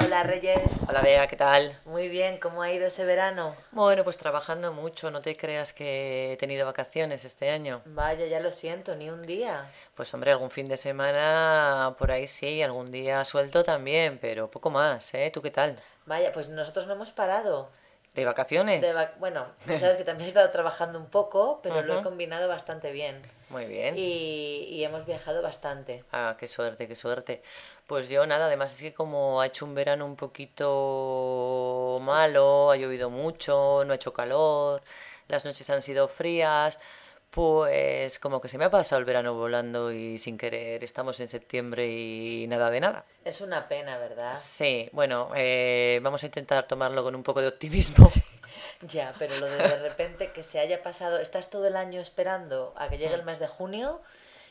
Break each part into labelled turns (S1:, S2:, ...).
S1: Hola Reyes.
S2: Hola Bea, ¿qué tal?
S1: Muy bien, ¿cómo ha ido ese verano?
S2: Bueno, pues trabajando mucho, no te creas que he tenido vacaciones este año.
S1: Vaya, ya lo siento, ni un día.
S2: Pues hombre, algún fin de semana por ahí sí, algún día suelto también, pero poco más, ¿eh? ¿Tú qué tal?
S1: Vaya, pues nosotros no hemos parado.
S2: ¿De vacaciones?
S1: De va- bueno, ya sabes que también he estado trabajando un poco, pero lo he combinado bastante bien.
S2: Muy bien.
S1: Y, y hemos viajado bastante.
S2: Ah, qué suerte, qué suerte. Pues yo nada, además es que como ha hecho un verano un poquito malo, ha llovido mucho, no ha hecho calor, las noches han sido frías, pues como que se me ha pasado el verano volando y sin querer estamos en septiembre y nada de nada.
S1: Es una pena, ¿verdad?
S2: Sí, bueno, eh, vamos a intentar tomarlo con un poco de optimismo.
S1: Ya, pero lo de de repente que se haya pasado, estás todo el año esperando a que llegue el mes de junio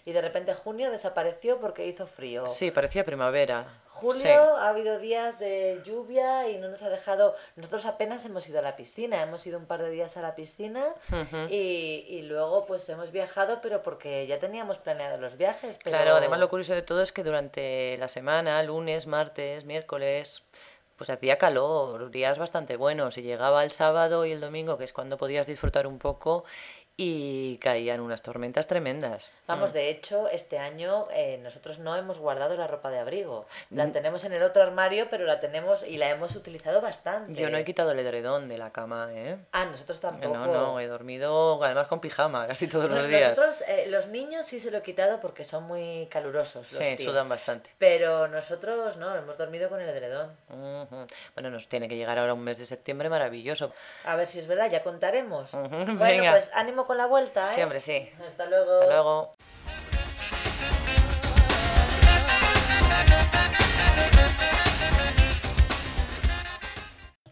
S1: y de repente junio desapareció porque hizo frío.
S2: Sí, parecía primavera.
S1: Julio
S2: Sí.
S1: ha habido días de lluvia y no nos ha dejado. Nosotros apenas hemos ido a la piscina, hemos ido un par de días a la piscina y, y luego pues hemos viajado, pero porque ya teníamos planeados los viajes. Pero...
S2: Claro, además lo curioso de todo es que durante la semana, lunes, martes, miércoles, pues hacía calor, días bastante buenos y llegaba el sábado y el domingo, que es cuando podías disfrutar un poco, y caían unas tormentas tremendas.
S1: Vamos, de hecho, este año eh, nosotros no hemos guardado la ropa de abrigo.
S2: Mm.
S1: La tenemos en el otro armario, pero la tenemos y la hemos utilizado bastante.
S2: Mm. Yo no he quitado el edredón de la cama, ¿eh?
S1: Ah, nosotros tampoco.
S2: No, no, he dormido además con pijama casi todos los días.
S1: Nosotros, eh, los niños sí se lo he quitado porque son muy calurosos. Los
S2: Sí,
S1: tíos.
S2: sudan bastante.
S1: Pero nosotros no, hemos dormido con el edredón.
S2: Ujú. Bueno, nos tiene que llegar ahora un mes de septiembre maravilloso.
S1: A ver si es verdad, ya contaremos.
S2: Ujú,
S1: bueno,
S2: venga.
S1: pues ánimo con la vuelta, ¿eh?
S2: Sí, hombre, sí.
S1: Hasta luego.
S2: Hasta luego.